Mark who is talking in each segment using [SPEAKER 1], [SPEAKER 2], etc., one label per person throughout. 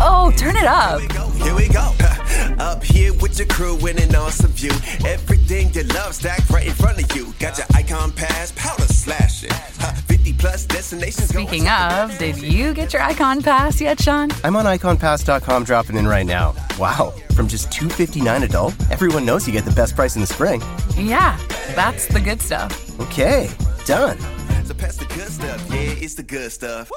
[SPEAKER 1] Oh, turn it up.
[SPEAKER 2] we go, here we go. Up here with your crew in an awesome view. Everything you love stacked right in front of you. Got your icon pass, powder slashing. Huh, 50 plus destinations. going-
[SPEAKER 1] Speaking of, did you get your icon pass yet, Sean?
[SPEAKER 3] I'm on iconpass.com dropping in right now. Wow, from just 259 adult? Everyone knows you get the best price in the spring.
[SPEAKER 1] Yeah, that's the good stuff.
[SPEAKER 3] Okay, done.
[SPEAKER 2] So pass the good stuff. Yeah, it's the good stuff. Woo!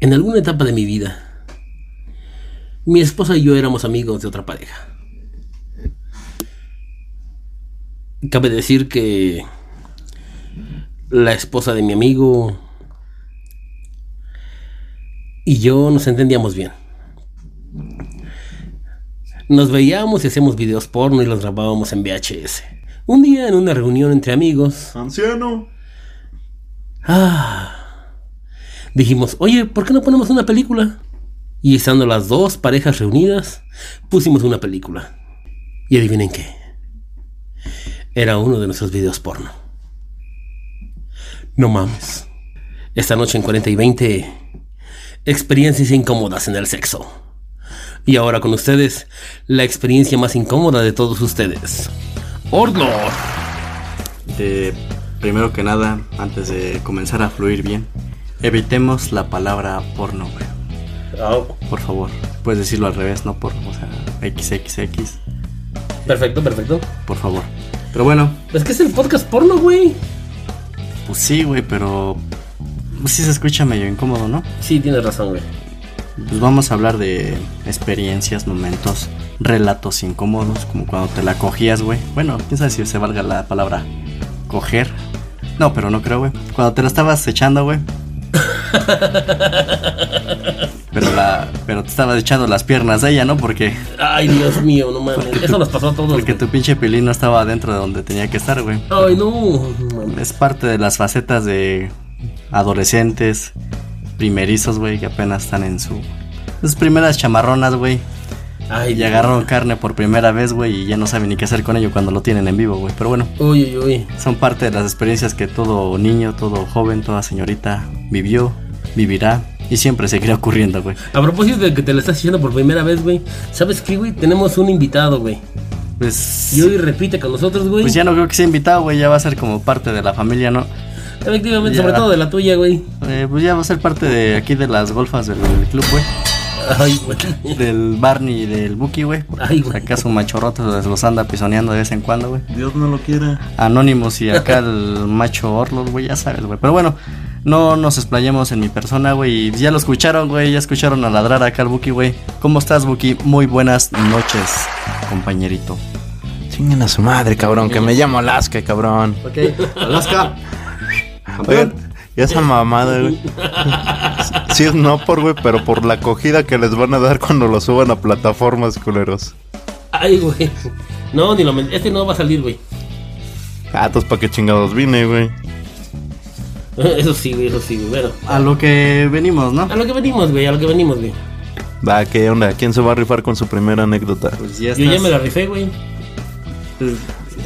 [SPEAKER 4] En alguna etapa de mi vida, mi esposa y yo éramos amigos de otra pareja. Cabe decir que la esposa de mi amigo y yo nos entendíamos bien. Nos veíamos y hacíamos videos porno y los grabábamos en VHS. Un día en una reunión entre amigos,
[SPEAKER 5] Anciano.
[SPEAKER 4] dijimos, oye, ¿por qué no ponemos una película? Y estando las dos parejas reunidas, pusimos una película. Y adivinen qué. Era uno de nuestros videos porno. No mames. Esta noche en 40 y 20, experiencias incómodas en el sexo. Y ahora con ustedes, la experiencia más incómoda de todos ustedes. ¡Horno!
[SPEAKER 6] Eh, primero que nada, antes de comenzar a fluir bien, evitemos la palabra porno, güey.
[SPEAKER 4] Oh,
[SPEAKER 6] Por favor, puedes decirlo al revés, no por, o sea, XXX,
[SPEAKER 4] Perfecto, perfecto.
[SPEAKER 6] por favor. Pero bueno,
[SPEAKER 4] Es que es el podcast porno, güey.
[SPEAKER 6] pues sí, güey, pero pues sí se escucha medio incómodo, ¿no?
[SPEAKER 4] Sí, tienes razón, güey.
[SPEAKER 6] Pues vamos a hablar de experiencias, momentos, relatos incómodos, como cuando te la cogías, güey. Bueno, quién sabe si se valga la palabra coger. No, pero no creo, güey. Cuando te la estabas echando, güey. Pero la, pero te estabas echando las piernas de ella, ¿no? Porque,
[SPEAKER 4] Ay, Dios mío, no mames. Eso nos pasó a todos.
[SPEAKER 6] porque
[SPEAKER 4] güey.
[SPEAKER 6] tu pinche pilín no estaba dentro de donde tenía que estar, güey.
[SPEAKER 4] Ay, no. no mames.
[SPEAKER 6] Es parte de las facetas de adolescentes, primerizos, güey, que apenas están en su. Sus primeras chamarronas, güey.
[SPEAKER 4] Ay,
[SPEAKER 6] Y agarraron carne por primera vez, güey, y ya no saben ni qué hacer con ello cuando lo tienen en vivo, güey. Pero bueno,
[SPEAKER 4] Uy, uy, uy.
[SPEAKER 6] son parte de las experiencias que todo niño, todo joven, toda señorita vivió, vivirá y siempre seguirá ocurriendo, güey.
[SPEAKER 4] A propósito de que te lo estás haciendo por primera vez, güey. ¿Sabes qué, güey? Tenemos un invitado, güey.
[SPEAKER 6] Pues,
[SPEAKER 4] Y hoy repite con nosotros, güey.
[SPEAKER 6] pues ya no creo que sea invitado, güey, ya va a ser como parte de la familia, ¿no?
[SPEAKER 4] Efectivamente,
[SPEAKER 6] ya.
[SPEAKER 4] sobre todo de la tuya, güey.
[SPEAKER 6] Eh, pues ya va a ser parte de aquí de las golfas del club, güey.
[SPEAKER 4] Ay, güey.
[SPEAKER 6] Del Barney y del Buki, güey.
[SPEAKER 4] Ay, güey.
[SPEAKER 6] Acá su machorroto los anda pisoneando de vez en cuando, güey.
[SPEAKER 5] Dios no lo quiera.
[SPEAKER 6] Anónimos y acá el macho Orlos, güey, ya sabes, güey. Pero bueno, no nos explayemos en mi persona, güey. Y Ya lo escucharon, güey, ya escucharon a ladrar acá al Buki, güey. ¿Cómo estás, Buki? Muy buenas noches, compañerito.
[SPEAKER 7] Chinguen a su madre, cabrón, que me llamo Alaska, cabrón.
[SPEAKER 6] Ok, Alaska.
[SPEAKER 7] Oigan, ya esa mamada, güey. Sí es no por, güey, pero por la acogida que les van a dar cuando lo suban a plataformas, culeros.
[SPEAKER 4] Ay, güey. No, ni lo men- Este no va a salir, güey.
[SPEAKER 7] Ah, entonces pa' qué chingados vine, güey.
[SPEAKER 4] Eso sí, güey, eso sí, güey. Bueno.
[SPEAKER 6] A lo que venimos, ¿no?
[SPEAKER 4] A lo que venimos, güey, a lo que venimos, güey.
[SPEAKER 7] Va, ¿qué onda? ¿Quién se va a rifar con su primera anécdota?
[SPEAKER 6] Pues ya
[SPEAKER 4] Yo ya
[SPEAKER 6] estás.
[SPEAKER 4] me la rifé, güey.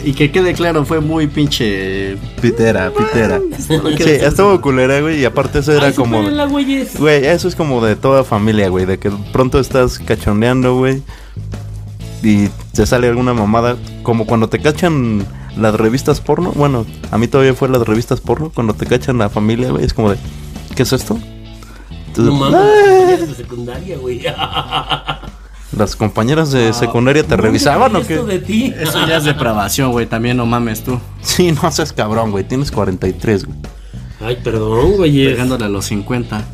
[SPEAKER 6] Y que quede claro, fue muy pinche.
[SPEAKER 7] Pitera, pitera. Sí, estuvo culera, güey, y aparte eso era
[SPEAKER 4] Ay,
[SPEAKER 7] como...
[SPEAKER 4] supérala, güey,
[SPEAKER 6] Pues-
[SPEAKER 4] es-
[SPEAKER 7] Güey, eso es como de toda familia, güey. De que pronto estás cachondeando, güey. Y te sale alguna mamada. Como cuando te cachan las revistas porno. Bueno, a mí todavía fue las revistas porno. Cuando te cachan la familia, güey. Es como de, ¿qué es esto? Entonces,
[SPEAKER 4] No mames.
[SPEAKER 7] ¡ah!
[SPEAKER 4] eres de secundaria, güey.
[SPEAKER 7] Las compañeras de secundaria te revisaban o
[SPEAKER 4] Ah, Esto
[SPEAKER 7] qué?
[SPEAKER 4] de ti.
[SPEAKER 6] Eso ya es depravación, güey. También no mames tú.
[SPEAKER 7] Sí, no seas cabrón, güey. Tienes 43, güey.
[SPEAKER 4] Ay, perdón, güey. es-
[SPEAKER 6] Pegándole a los 50.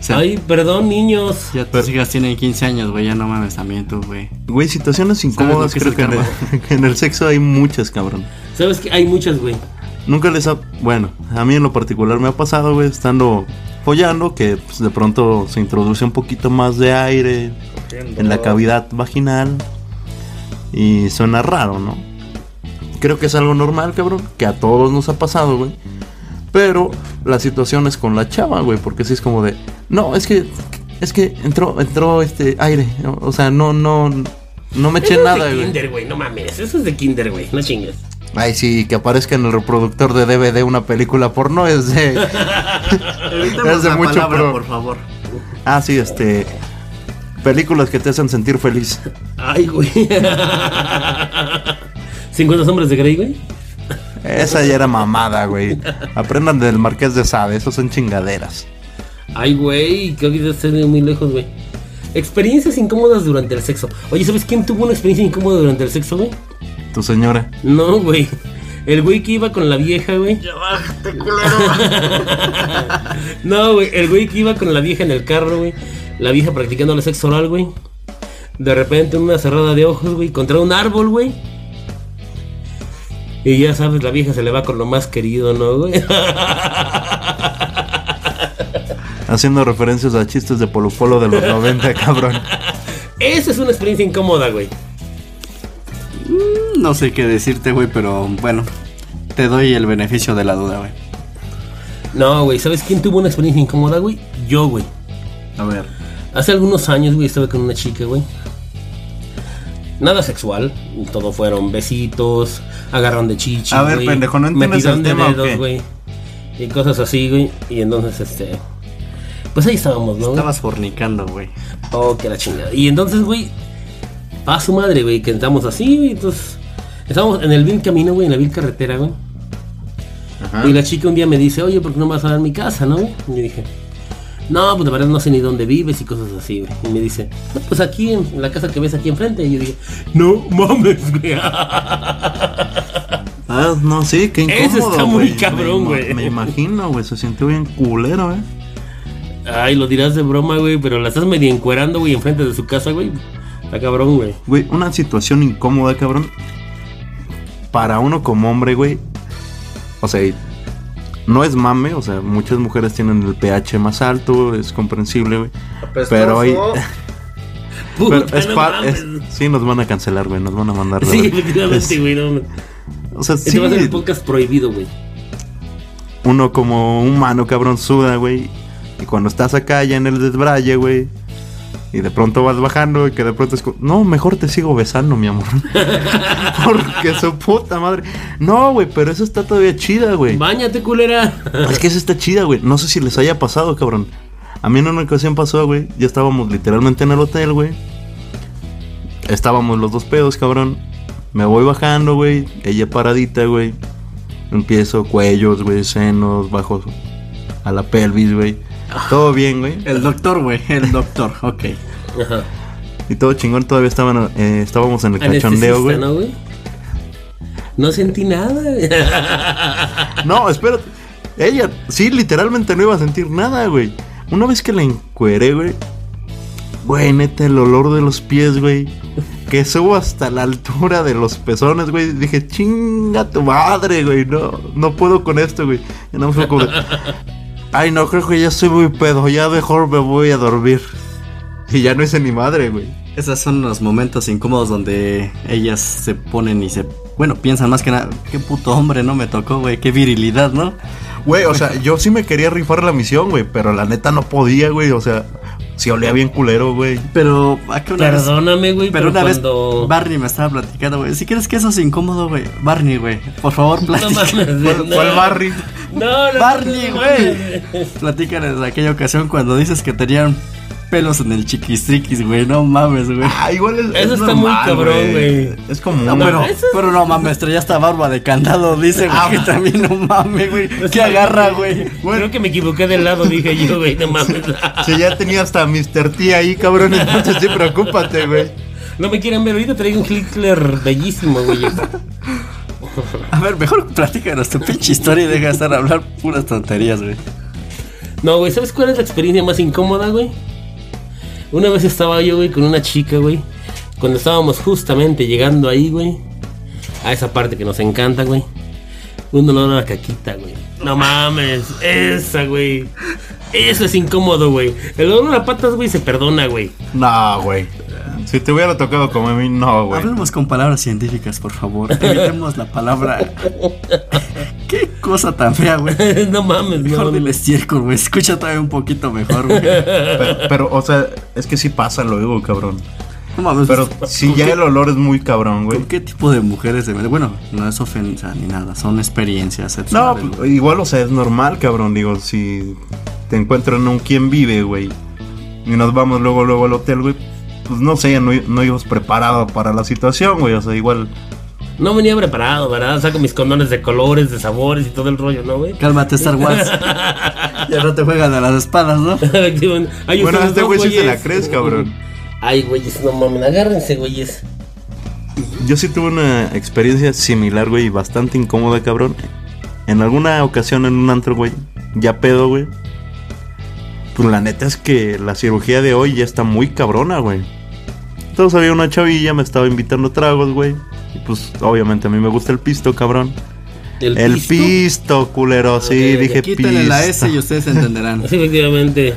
[SPEAKER 6] Sí.
[SPEAKER 4] Ay, perdón, niños.
[SPEAKER 6] Ya tus hijas tienen 15 años, güey. Ya no mames también tú, güey.
[SPEAKER 7] Güey, situaciones incómodas
[SPEAKER 6] lo que es
[SPEAKER 7] creo que en,
[SPEAKER 6] el
[SPEAKER 7] el, que en el sexo hay muchas, cabrón.
[SPEAKER 4] ¿Sabes que Hay muchas, güey.
[SPEAKER 7] Nunca les ha... Bueno, a mí en lo particular me ha pasado, güey, estando follando, que pues, de pronto se introduce un poquito más de aire en la cavidad vaginal y suena raro, ¿no? Creo que es algo normal, cabrón, que a todos nos ha pasado, güey. Pero la situación es con la chava, güey, porque si es como de, no, es que es que entró entró este aire, o- o sea, no no no me eché
[SPEAKER 4] Eso es
[SPEAKER 7] nada,
[SPEAKER 4] de
[SPEAKER 7] güey.
[SPEAKER 4] Kinder, güey. No mames. Eso es de Kinder, güey. No chingues.
[SPEAKER 7] Ay, sí, que aparezca en el reproductor de DVD una película porno es de. es de
[SPEAKER 6] La
[SPEAKER 7] mucho
[SPEAKER 6] palabra,
[SPEAKER 7] pro.
[SPEAKER 6] por favor.
[SPEAKER 7] Ah, sí, este. Películas que te hacen sentir feliz.
[SPEAKER 4] Ay, güey. 50 sombras de Grey, güey.
[SPEAKER 7] Esa ya era mamada, güey. Aprendan del Marqués de Sade, esos son chingaderas.
[SPEAKER 4] Ay, güey. Creo que ya estoy muy lejos, güey. Experiencias incómodas durante el sexo. Oye, ¿sabes quién tuvo una experiencia incómoda durante el sexo, güey?
[SPEAKER 7] Tu señora.
[SPEAKER 4] No, güey. El güey que iba con la vieja, güey. No, güey. El güey que iba con la vieja en el carro, güey. La vieja practicando el sexo oral, güey. De repente una cerrada de ojos, güey. Contra un árbol, güey. Y ya sabes, la vieja se le va con lo más querido, ¿no, güey?
[SPEAKER 7] Haciendo referencias a chistes de Polo Polo de los 90, cabrón.
[SPEAKER 4] Esa es una experiencia incómoda, güey.
[SPEAKER 6] No sé qué decirte, güey, pero bueno. Te doy el beneficio de la duda, güey.
[SPEAKER 4] No, güey. ¿Sabes quién tuvo una experiencia incómoda, güey? Yo, güey.
[SPEAKER 6] A ver.
[SPEAKER 4] Hace algunos años, güey, estuve con una chica, güey. Nada sexual, todo fueron besitos, agarrón de chichi.
[SPEAKER 6] A ver,
[SPEAKER 4] güey,
[SPEAKER 6] pendejo, ¿no entiendes
[SPEAKER 4] metidón
[SPEAKER 6] el
[SPEAKER 4] de
[SPEAKER 6] tema o
[SPEAKER 4] dedos,
[SPEAKER 6] qué?
[SPEAKER 4] güey, Y cosas así, güey. Y entonces, este. Pues ahí estábamos, ¿no? güey?
[SPEAKER 6] Estabas fornicando, güey.
[SPEAKER 4] Oh, que la chingada. Y entonces, güey, a su madre, güey, que estamos así, güey. Entonces, estábamos en el vil camino, güey, en la vil carretera, güey. Y la chica un día me dice, oye, ¿por qué no me vas a dar mi casa, no? güey?" Y yo dije, no, pues de verdad no sé ni dónde vives y cosas así, güey. Y me dice, "No, pues aquí, en en la casa que ves aquí enfrente. Y yo dije, no mames, güey.
[SPEAKER 7] Ah, no, sí, qué incómodo.
[SPEAKER 4] Eso está muy
[SPEAKER 7] güey. Me
[SPEAKER 4] cabrón,
[SPEAKER 7] ima-
[SPEAKER 4] güey.
[SPEAKER 7] Me, imagino, güey, se sintió bien culero, eh.
[SPEAKER 4] Ay, lo dirás de broma, güey, pero la estás medio encuerando, güey, enfrente de su casa, güey. Está cabrón, güey.
[SPEAKER 7] Güey, una situación incómoda, cabrón. Para uno como hombre, güey. O sea, y no es mame, o sea, muchas mujeres tienen el pH más alto, es comprensible, güey. Pero hoy. pero
[SPEAKER 4] Puta,
[SPEAKER 7] es
[SPEAKER 4] no
[SPEAKER 7] par-
[SPEAKER 4] mames.
[SPEAKER 7] es- sí, nos van a cancelar, güey, nos van a mandar. la
[SPEAKER 4] Sí,
[SPEAKER 7] verga.
[SPEAKER 4] efectivamente, güey, no mames.
[SPEAKER 7] Es- O sea,
[SPEAKER 4] Este
[SPEAKER 7] sí,
[SPEAKER 4] va a ser el podcast prohibido, güey.
[SPEAKER 7] uno como humano, cabrón, suda, güey. Y cuando estás acá ya en el desbraye, güey. Y de pronto vas bajando y que de pronto es co- No, mejor te sigo besando, mi amor. Porque su puta madre. No, güey, pero eso está todavía chida, güey.
[SPEAKER 4] Báñate, culera.
[SPEAKER 7] Es que eso está chida, güey. No sé si les haya pasado, cabrón. A mí en una ocasión pasó, güey. Ya estábamos literalmente en el hotel, güey. Estábamos los dos pedos, cabrón. Me voy bajando, güey. Ella paradita, güey. Empiezo cuellos, güey, senos, bajos a la pelvis, güey. Todo bien, güey.
[SPEAKER 6] El doctor, güey. El doctor, ok.
[SPEAKER 4] Ajá.
[SPEAKER 7] Y todo chingón. Todavía estaban, eh, estábamos en el cachondeo,
[SPEAKER 4] Anestesista,
[SPEAKER 7] güey.
[SPEAKER 4] ¿no, güey? No sentí nada.
[SPEAKER 7] No, espérate. Ella, sí, literalmente no iba a sentir nada, güey. Una vez que la encueré, güey. Güey, neta, el olor de los pies, güey. Que subo hasta la altura de los pezones, güey. Dije, chinga tu madre, güey. No, no puedo con esto, güey. Y nada más fue como de, Ay, no, creo que ya estoy muy pedo. Ya mejor me voy a dormir. Y ya no hice ni madre, güey.
[SPEAKER 6] Esos son los momentos incómodos donde ellas se ponen y se. Bueno, piensan más que nada. Qué puto hombre, ¿no? Me tocó, güey. Qué virilidad, ¿no?
[SPEAKER 7] Güey, o sea, yo sí me quería rifar la misión, güey. Pero la neta no podía, güey. O sea, si olía bien culero, güey.
[SPEAKER 6] Pero. ¿a qué una vez-
[SPEAKER 4] Perdóname, güey, pero,
[SPEAKER 6] Pero una
[SPEAKER 4] cuando...
[SPEAKER 6] vez Barney me estaba platicando, güey. Si crees que eso es incómodo, güey. Barney, güey. Por favor,
[SPEAKER 4] No mames,
[SPEAKER 6] platica.
[SPEAKER 4] güey,
[SPEAKER 7] ¿Cuál,
[SPEAKER 4] no.
[SPEAKER 7] cuál Barry?
[SPEAKER 4] No, no,
[SPEAKER 6] Barney,
[SPEAKER 4] no,
[SPEAKER 6] güey. Platícanos de aquella ocasión cuando dices que tenían pelos en el chiquistriquis, güey. No mames, güey.
[SPEAKER 7] Ah, igual es.
[SPEAKER 4] Eso
[SPEAKER 7] es
[SPEAKER 4] está muy cabrón, güey.
[SPEAKER 7] Es como.
[SPEAKER 6] No, pero,
[SPEAKER 4] eso es-
[SPEAKER 6] pero no mames, traía hasta barba de candado, dice, güey. que también no mames, güey. ¿Qué agarra, güey?
[SPEAKER 4] Creo que me equivoqué del lado, dije yo, güey, no mames.
[SPEAKER 7] Si ya tenía hasta Mr. T ahí, cabrón, entonces sí, preocúpate, güey.
[SPEAKER 4] No me quieran ver ahorita, traigo un Hitler bellísimo, güey.
[SPEAKER 6] A ver, mejor platícanos tu pinche historia y deja de estar a hablar puras tonterías, güey.
[SPEAKER 4] No, güey, ¿sabes cuál es la experiencia más incómoda, güey? Una vez estaba yo, güey, con una chica, güey. Cuando estábamos justamente llegando ahí, güey. A esa parte que nos encanta, güey. Un dolor a la caquita, güey. No mames, esa, güey. Eso es incómodo, güey. El dolor a las patas, güey, se perdona, güey.
[SPEAKER 7] No, güey. Si te hubiera tocado como a mí, no, güey.
[SPEAKER 6] Hablemos con palabras científicas, por favor. Evitemos la palabra. Qué cosa tan fea, güey.
[SPEAKER 4] no mames, no.
[SPEAKER 6] Mejor del
[SPEAKER 4] no.
[SPEAKER 6] estiércol, güey. Escucha todavía un poquito mejor, güey.
[SPEAKER 7] Pero, pero, o sea, es que sí pasa luego, cabrón.
[SPEAKER 6] No mames,
[SPEAKER 7] Pero
[SPEAKER 6] pues,
[SPEAKER 7] si
[SPEAKER 6] ¿con
[SPEAKER 7] ya
[SPEAKER 6] qué-
[SPEAKER 7] el olor es muy cabrón, güey.
[SPEAKER 6] ¿Con qué tipo de mujeres de verdad? Bueno, no es ofensa ni nada, son experiencias
[SPEAKER 7] No,
[SPEAKER 6] sexuales.
[SPEAKER 7] pues, igual, o sea, es normal, cabrón. Digo, si te encuentran un quien vive, güey, y nos vamos luego, luego al hotel, güey, pues no sé, no, no íbamos preparados para la situación, güey. O sea, igual,
[SPEAKER 4] No venía preparado, ¿verdad? Saco mis condones de colores, de sabores y todo el rollo, ¿no, güey?
[SPEAKER 6] Cálmate, Star Wars. ya no te juegan a las espadas, ¿no?
[SPEAKER 4] Ay,
[SPEAKER 7] Bueno,
[SPEAKER 4] ustedes
[SPEAKER 7] este
[SPEAKER 4] dos,
[SPEAKER 7] güey sí se la
[SPEAKER 4] güeyes.
[SPEAKER 7] crees, cabrón.
[SPEAKER 4] Ay, güeyes, no mames, agárrense, güeyes.
[SPEAKER 7] yo sí tuve una experiencia similar, güey, y bastante incómoda, cabrón. En alguna ocasión en un antro, güey, ya pedo, güey. Pues la neta es que la cirugía de hoy ya está muy cabrona, güey. Entonces había una chavilla, me estaba invitando tragos, güey. Y pues obviamente a mí me gusta el pisto, cabrón. El pisto, culero, sí,
[SPEAKER 4] Ok,
[SPEAKER 7] dije pisto.
[SPEAKER 6] Quítale la S y ustedes entenderán.
[SPEAKER 4] Sí, efectivamente.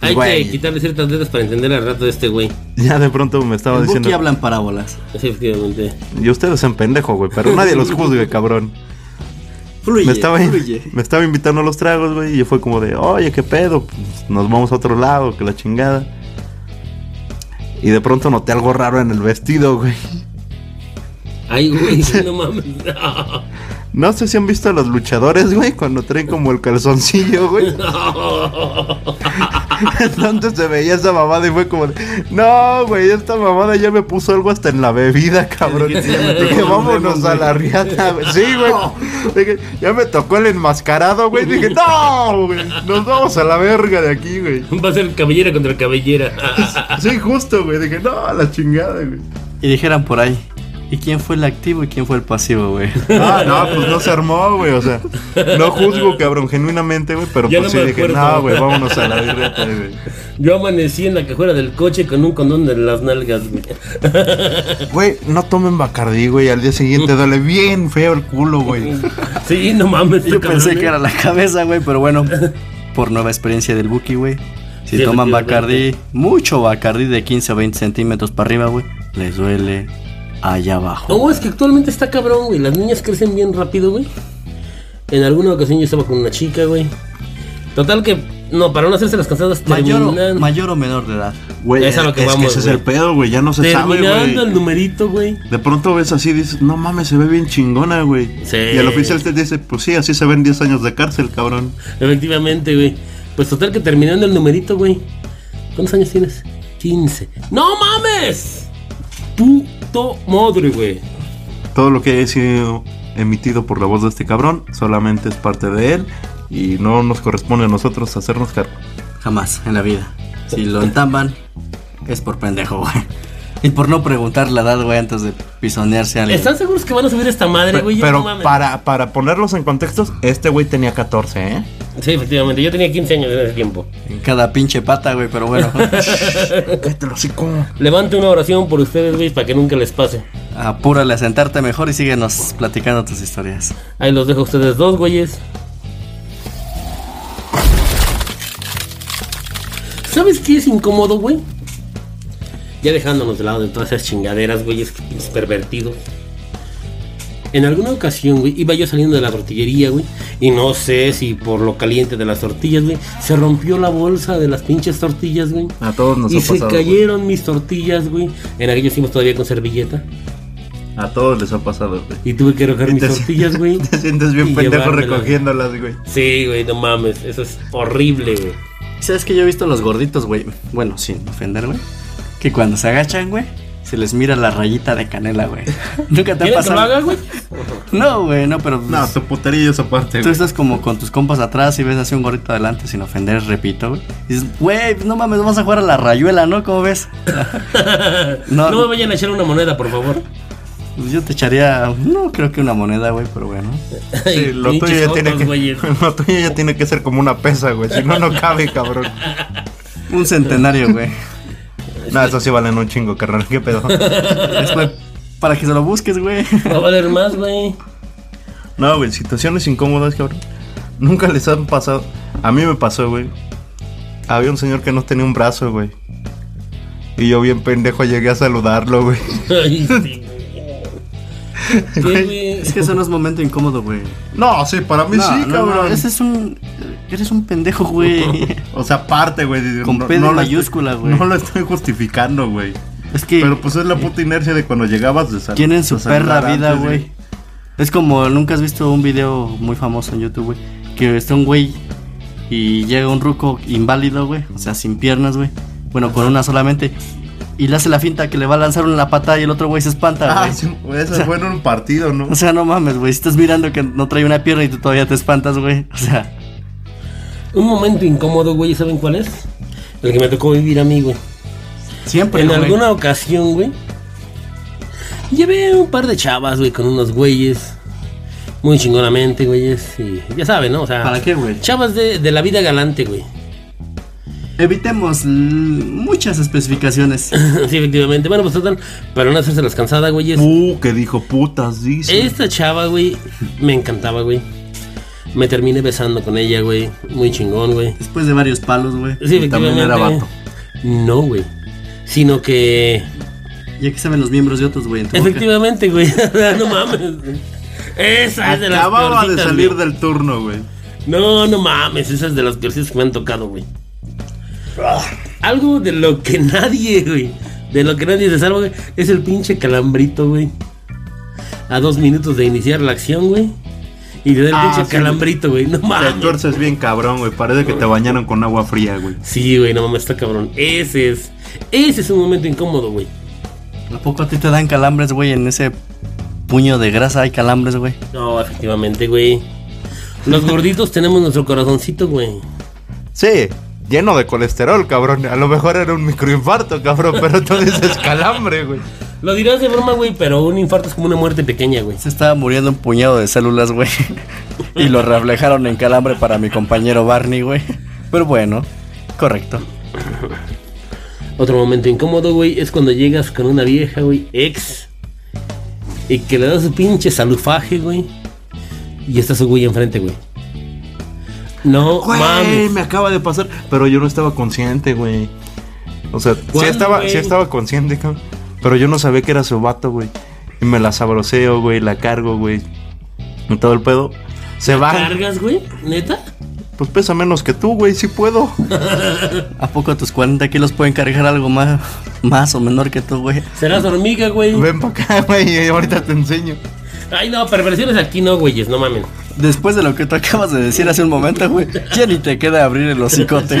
[SPEAKER 4] Hay
[SPEAKER 7] Güey.
[SPEAKER 4] que quitarle ciertas letras para entender al rato de este güey.
[SPEAKER 7] Ya de pronto me estaba
[SPEAKER 6] El
[SPEAKER 7] diciendo.
[SPEAKER 6] Buki hablan parábolas.
[SPEAKER 4] Sí, efectivamente.
[SPEAKER 7] Y ustedes en pendejo, güey, pero nadie los juzgue, cabrón.
[SPEAKER 6] Fluye,
[SPEAKER 7] me, estaba,
[SPEAKER 6] fluye.
[SPEAKER 7] me estaba invitando a los tragos, güey. Y yo fue como de, oye, qué pedo. pues, nos vamos a otro lado, que la chingada. Y de pronto noté algo raro en el vestido, güey.
[SPEAKER 4] Ay, güey, no mames.
[SPEAKER 7] No sé si han visto a los luchadores, güey, cuando traen como el calzoncillo, güey. Entonces se veía esa mamada y fue como, de, no, güey, esta mamada ya me puso algo hasta en la bebida, cabrón.
[SPEAKER 6] Ya me tocó
[SPEAKER 7] Dije,
[SPEAKER 6] los
[SPEAKER 7] vámonos
[SPEAKER 6] remos,
[SPEAKER 7] a
[SPEAKER 6] güey".
[SPEAKER 7] la riata, güey. Sí, güey. Dije, ya me tocó el enmascarado, güey. Dije, no, güey, nos vamos a la verga de aquí, güey.
[SPEAKER 4] Va a ser cabellera contra cabellera.
[SPEAKER 7] Sí, justo, güey. Dije, no, a la chingada, güey.
[SPEAKER 6] Y dijeran por ahí. ¿Y quién fue el activo y quién fue el pasivo, güey?
[SPEAKER 7] Ah, no, pues no se armó, güey. O sea, no juzgo, cabrón, genuinamente, güey. Pero
[SPEAKER 4] Ya
[SPEAKER 7] pues
[SPEAKER 4] no
[SPEAKER 7] sí
[SPEAKER 4] me
[SPEAKER 7] dije,
[SPEAKER 4] acuerdo.
[SPEAKER 7] no, güey, vámonos a la birreta, güey.
[SPEAKER 4] Yo amanecí en la cajuela del coche con un condón en las nalgas, güey.
[SPEAKER 7] Güey, no tomen Bacardí, güey. Al día siguiente duele bien feo el culo, güey.
[SPEAKER 4] Sí, no mames.
[SPEAKER 6] Yo
[SPEAKER 4] cabrón,
[SPEAKER 6] pensé
[SPEAKER 4] ¿eh?
[SPEAKER 6] que era la cabeza, güey, pero bueno, por nueva experiencia del Buki, güey. Si
[SPEAKER 4] Sí,
[SPEAKER 6] toman
[SPEAKER 4] efectivamente.
[SPEAKER 6] Bacardí, mucho Bacardí de 15 o 20 centímetros para arriba, güey, les duele allá abajo.
[SPEAKER 4] No, es que actualmente está cabrón, güey. Las niñas crecen bien rápido, güey. En alguna ocasión yo estaba con una chica, güey. Total que, no, para no hacerse las cansadas,
[SPEAKER 6] Mayor o,
[SPEAKER 4] terminan-
[SPEAKER 6] mayor o menor de edad.
[SPEAKER 7] Güey,
[SPEAKER 4] Es a lo que vamos,
[SPEAKER 7] ese es
[SPEAKER 4] güey.
[SPEAKER 7] el pedo, güey. Ya no se
[SPEAKER 4] terminando
[SPEAKER 7] sabe,
[SPEAKER 4] el
[SPEAKER 7] güey.
[SPEAKER 4] numerito, güey.
[SPEAKER 7] De pronto ves así y dices, no mames, se ve bien chingona, güey.
[SPEAKER 4] Sí.
[SPEAKER 7] Y el oficial te dice, pues sí, así se ven 10 años de cárcel, cabrón.
[SPEAKER 4] Efectivamente, güey. Pues total que terminando el numerito, güey. ¿Cuántos años tienes? 15. ¡No mames! Puto madre, güey.
[SPEAKER 7] Todo lo que ha sido emitido por la voz de este cabrón solamente es parte de él y no nos corresponde a nosotros hacernos cargo.
[SPEAKER 6] Jamás en la vida. Si lo entamban, es por pendejo, güey. Y por no preguntar la edad, güey, antes de pisonearse a alguien.
[SPEAKER 4] ¿Están seguros que van a subir esta madre,
[SPEAKER 7] Pe-
[SPEAKER 4] güey? Ya
[SPEAKER 7] Pero
[SPEAKER 4] no mames.
[SPEAKER 7] para, para ponerlos en contextos, este güey tenía 14, ¿eh?
[SPEAKER 4] Sí, efectivamente. Yo tenía 15 años en ese tiempo.
[SPEAKER 6] En cada pinche pata, güey, pero bueno.
[SPEAKER 7] Cállate el hocico.
[SPEAKER 4] Levante una oración por ustedes, güey, para que nunca les pase.
[SPEAKER 6] Apúrale a sentarte mejor y síguenos platicando tus historias.
[SPEAKER 4] Ahí los dejo a ustedes dos, güeyes. ¿Sabes qué es incómodo, güey? Ya dejándonos de lado de todas esas chingaderas, güeyes, que pinches pervertidos. En alguna ocasión, güey, iba yo saliendo de la tortillería, güey, y no sé si por lo caliente de las tortillas, güey, se rompió la bolsa de las pinches tortillas, güey.
[SPEAKER 7] A todos Ah, nos
[SPEAKER 4] y
[SPEAKER 7] ha
[SPEAKER 4] se
[SPEAKER 7] pasado, güey.
[SPEAKER 4] cayeron mis tortillas, güey. En aquellos tiempos todavía con servilleta.
[SPEAKER 7] A todos les ha pasado, güey.
[SPEAKER 4] Y tuve que recoger
[SPEAKER 7] Y
[SPEAKER 4] mis
[SPEAKER 7] te-
[SPEAKER 4] tortillas, güey.
[SPEAKER 7] Te sientes bien
[SPEAKER 4] y
[SPEAKER 7] pendejo
[SPEAKER 4] llevármelas.
[SPEAKER 7] recogiéndolas, güey.
[SPEAKER 4] Sí, güey, no mames. Eso es horrible, güey.
[SPEAKER 6] ¿Sabes que yo he visto a los gorditos, güey? Bueno, sin ofender, güey. Que cuando se agachan, güey, se les mira la rayita de canela, güey. Nunca te ha
[SPEAKER 4] ¿Quieres que lo haga,
[SPEAKER 6] pasado.
[SPEAKER 4] güey?
[SPEAKER 6] No, güey, no, pero.
[SPEAKER 7] No,
[SPEAKER 6] pues,
[SPEAKER 7] tu puterillo esa parte,
[SPEAKER 6] Tú
[SPEAKER 7] güey.
[SPEAKER 6] estás como con tus compas atrás y ves así un gorrito adelante sin ofender, repito, güey. Y Dices, güey, no mames, vamos a jugar a la rayuela, ¿no? ¿Cómo ves?
[SPEAKER 4] No.
[SPEAKER 6] No,
[SPEAKER 4] me vayan a echar una moneda, por favor.
[SPEAKER 6] Pues yo te echaría, no creo que una moneda, güey, pero bueno.
[SPEAKER 7] Sí, lo
[SPEAKER 4] Pinches
[SPEAKER 7] tuyo, ya
[SPEAKER 4] jotos,
[SPEAKER 7] tiene que,
[SPEAKER 4] güeyes.
[SPEAKER 7] lo tuyo ya tiene que ser como una pesa, güey. Si no, no cabe, cabrón.
[SPEAKER 6] Un centenario, güey.
[SPEAKER 7] No, eso sí valen un chingo, carnal. ¿Qué pedo?
[SPEAKER 6] Después, para que se lo busques, güey.
[SPEAKER 4] Va a valer más, güey.
[SPEAKER 7] No, güey, situaciones incómodas, cabrón. Nunca les han pasado. A mí me pasó, güey. Había un señor que no tenía un brazo, güey. Y yo bien pendejo llegué a saludarlo, güey.
[SPEAKER 4] Ay, sí, güey. ¿Qué, güey?
[SPEAKER 6] Es que eso no es momento incómodo, güey.
[SPEAKER 7] No, sí, para mí
[SPEAKER 6] No,
[SPEAKER 7] sí,
[SPEAKER 6] no,
[SPEAKER 7] cabrón.
[SPEAKER 6] no, ese es un. Eres un pendejo, güey.
[SPEAKER 7] O sea, aparte, güey.
[SPEAKER 6] Con P de
[SPEAKER 7] lo estoy-
[SPEAKER 6] mayúscula, güey.
[SPEAKER 7] No lo estoy justificando, güey.
[SPEAKER 6] Es que.
[SPEAKER 7] Pero pues es la puta inercia de cuando llegabas de salir.
[SPEAKER 6] ¿Quién en su perra vida, güey? Es como, nunca has visto un video muy famoso en YouTube, güey. Que está un güey y llega un ruco inválido, güey. O sea, sin piernas, güey. Bueno, con una solamente. Y le hace la finta que le va a lanzar una patada y el otro güey se espanta,
[SPEAKER 7] Ah,
[SPEAKER 6] güey.
[SPEAKER 7] sí, güey, eso fue en un partido, ¿no?
[SPEAKER 6] O sea, no mames, güey. Si estás mirando que no trae una pierna y tú todavía te espantas, güey. O sea,
[SPEAKER 4] Un momento incómodo, güey, ¿saben cuál es? El que me tocó vivir a mí, güey.
[SPEAKER 6] siempre.
[SPEAKER 4] en
[SPEAKER 6] güey.
[SPEAKER 4] alguna ocasión, güey, llevé un par de chavas, güey, con unos güeyes. Muy chingonamente, güeyes. Y ya saben, ¿no? O sea,
[SPEAKER 6] ¿Para qué, güey?
[SPEAKER 4] Chavas de, de la vida galante, güey.
[SPEAKER 6] Evitemos l- muchas especificaciones.
[SPEAKER 4] sí, efectivamente. Bueno, pues total, para no hacerse las cansadas, güeyes.
[SPEAKER 7] Uh, que dijo putas, dice.
[SPEAKER 4] Esta chava, güey, me encantaba, güey. Me terminé besando con ella, güey. Muy chingón, güey.
[SPEAKER 6] Después de varios palos, güey.
[SPEAKER 4] Sí,
[SPEAKER 7] Y también era
[SPEAKER 4] efectivamente. No, güey. Sino que
[SPEAKER 6] Ya que saben los miembros de otros, güey. en tu boca.
[SPEAKER 4] Efectivamente, güey. no mames. Esa es de las
[SPEAKER 7] Acababa de
[SPEAKER 4] peorcitas,
[SPEAKER 7] salir
[SPEAKER 4] güey.
[SPEAKER 7] del turno, güey.
[SPEAKER 4] No, no mames. Esa es de las peorcitas que me han tocado, güey.
[SPEAKER 7] Ah.
[SPEAKER 4] Algo de lo que nadie, güey. De lo que nadie se salva, güey. Es el pinche calambrito, güey. A dos minutos de iniciar la acción, güey. Y te da el
[SPEAKER 7] Ah,
[SPEAKER 4] pinche
[SPEAKER 7] sí.
[SPEAKER 4] calambrito, güey. No
[SPEAKER 7] Te
[SPEAKER 4] mames.
[SPEAKER 7] tuerces bien cabrón, güey. Parece que te bañaron con agua fría, güey.
[SPEAKER 4] Sí, güey, no mames, está cabrón. Ese es. Ese es un momento incómodo, güey.
[SPEAKER 6] ¿A poco a ti te dan calambres, güey? En ese puño de grasa hay calambres, güey.
[SPEAKER 4] No, efectivamente, güey. Los gorditos tenemos nuestro corazoncito, güey.
[SPEAKER 7] Sí, lleno de colesterol, cabrón. A lo mejor era un microinfarto, cabrón, pero tú dices calambre, güey.
[SPEAKER 4] Lo dirás de broma, güey, pero un infarto es como una muerte pequeña, güey.
[SPEAKER 6] Se estaba muriendo un puñado de células, güey. Y lo reflejaron en calambre para mi compañero Barney, güey. Pero bueno, correcto.
[SPEAKER 4] Otro momento incómodo, güey, es cuando llegas con una vieja, güey, ex, y que le das su pinche salufaje, güey, y está su güey enfrente, güey. No
[SPEAKER 7] Güey,
[SPEAKER 4] mames.
[SPEAKER 7] me acaba de pasar. Pero yo no estaba consciente, güey. O sea, sí
[SPEAKER 4] ¿Cuándo,
[SPEAKER 7] estaba,
[SPEAKER 4] güey?
[SPEAKER 7] sí estaba consciente, cabrón. Pero yo no sabía que era su vato, güey. Y me la sabroseo, güey, la cargo, güey. Y todo el pedo. Se va.
[SPEAKER 4] ¿Cargas, güey? ¿Neta?
[SPEAKER 7] Pues pesa menos que tú, güey, sí puedo.
[SPEAKER 6] ¿A poco tus 40 kilos pueden cargar algo más, más o menor que tú, güey?
[SPEAKER 4] ¿Serás hormiga, güey?
[SPEAKER 7] Ven para acá, güey, y ahorita te enseño.
[SPEAKER 4] Ay, no, perversiones aquí no, güeyes, no mamen.
[SPEAKER 6] Después de lo que tú acabas de decir hace un momento, güey, ya ni te queda abrir el hocicote,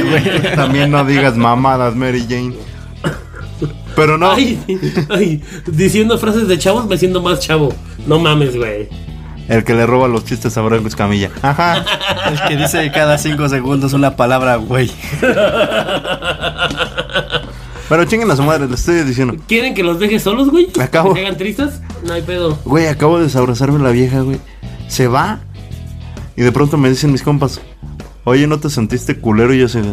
[SPEAKER 6] güey.
[SPEAKER 7] También no digas mamadas, Mary Jane. Pero no.
[SPEAKER 4] Ay, ay, diciendo frases de chavos me siento más chavo. No mames, güey.
[SPEAKER 7] El que le roba los chistes a Branco Escamilla. Ajá.
[SPEAKER 6] El que dice cada 5 segundos una palabra, güey.
[SPEAKER 7] Pero chinguen a su madre, le estoy diciendo.
[SPEAKER 4] ¿Quieren que los deje solos, güey?
[SPEAKER 7] Me acabo.
[SPEAKER 4] ¿Que se hagan tristes? No hay pedo.
[SPEAKER 7] Güey, acabo de desabrazarme la vieja, güey. Se va. Y de pronto me dicen mis compas, oye, ¿no te sentiste culero? Y yo así, de,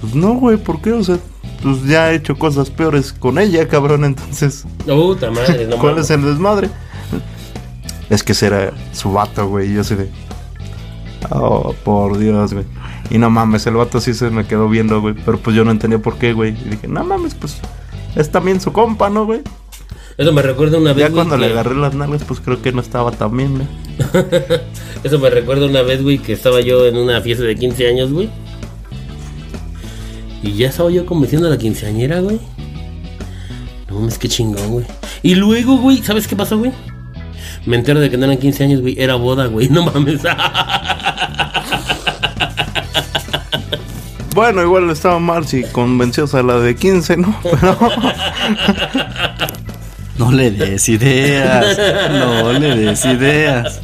[SPEAKER 7] pues no, güey, ¿por qué? O sea, pues ya he hecho cosas peores con ella, cabrón, entonces.
[SPEAKER 4] Puta madre, no
[SPEAKER 7] ¿Cuál
[SPEAKER 4] mames.
[SPEAKER 7] es el desmadre? Es que será su vato, güey. Y yo así de. Oh, por Dios, güey. Y no mames, el vato sí se me quedó viendo, güey. Pero pues yo no entendía por qué, güey. Y dije, no mames, pues. Es también su compa, ¿no, güey?
[SPEAKER 4] Eso me recuerda una vez.
[SPEAKER 7] Ya
[SPEAKER 4] güey,
[SPEAKER 7] cuando le
[SPEAKER 4] que-
[SPEAKER 7] agarré las nalgas, pues creo que no estaba tan bien, güey.
[SPEAKER 4] Eso me recuerda una vez, güey, que estaba yo en una fiesta de 15 años, güey. Y ya estaba yo convenciendo a la quinceañera, güey. No mames, qué chingón, güey. Y luego, güey, ¿sabes qué pasó, güey? Me entero de que no eran 15 años, güey. Era boda, güey. No mames.
[SPEAKER 7] Bueno, igual estaba mal si convencías a la de 15, ¿no? Pero.
[SPEAKER 6] No le des ideas. No le des ideas.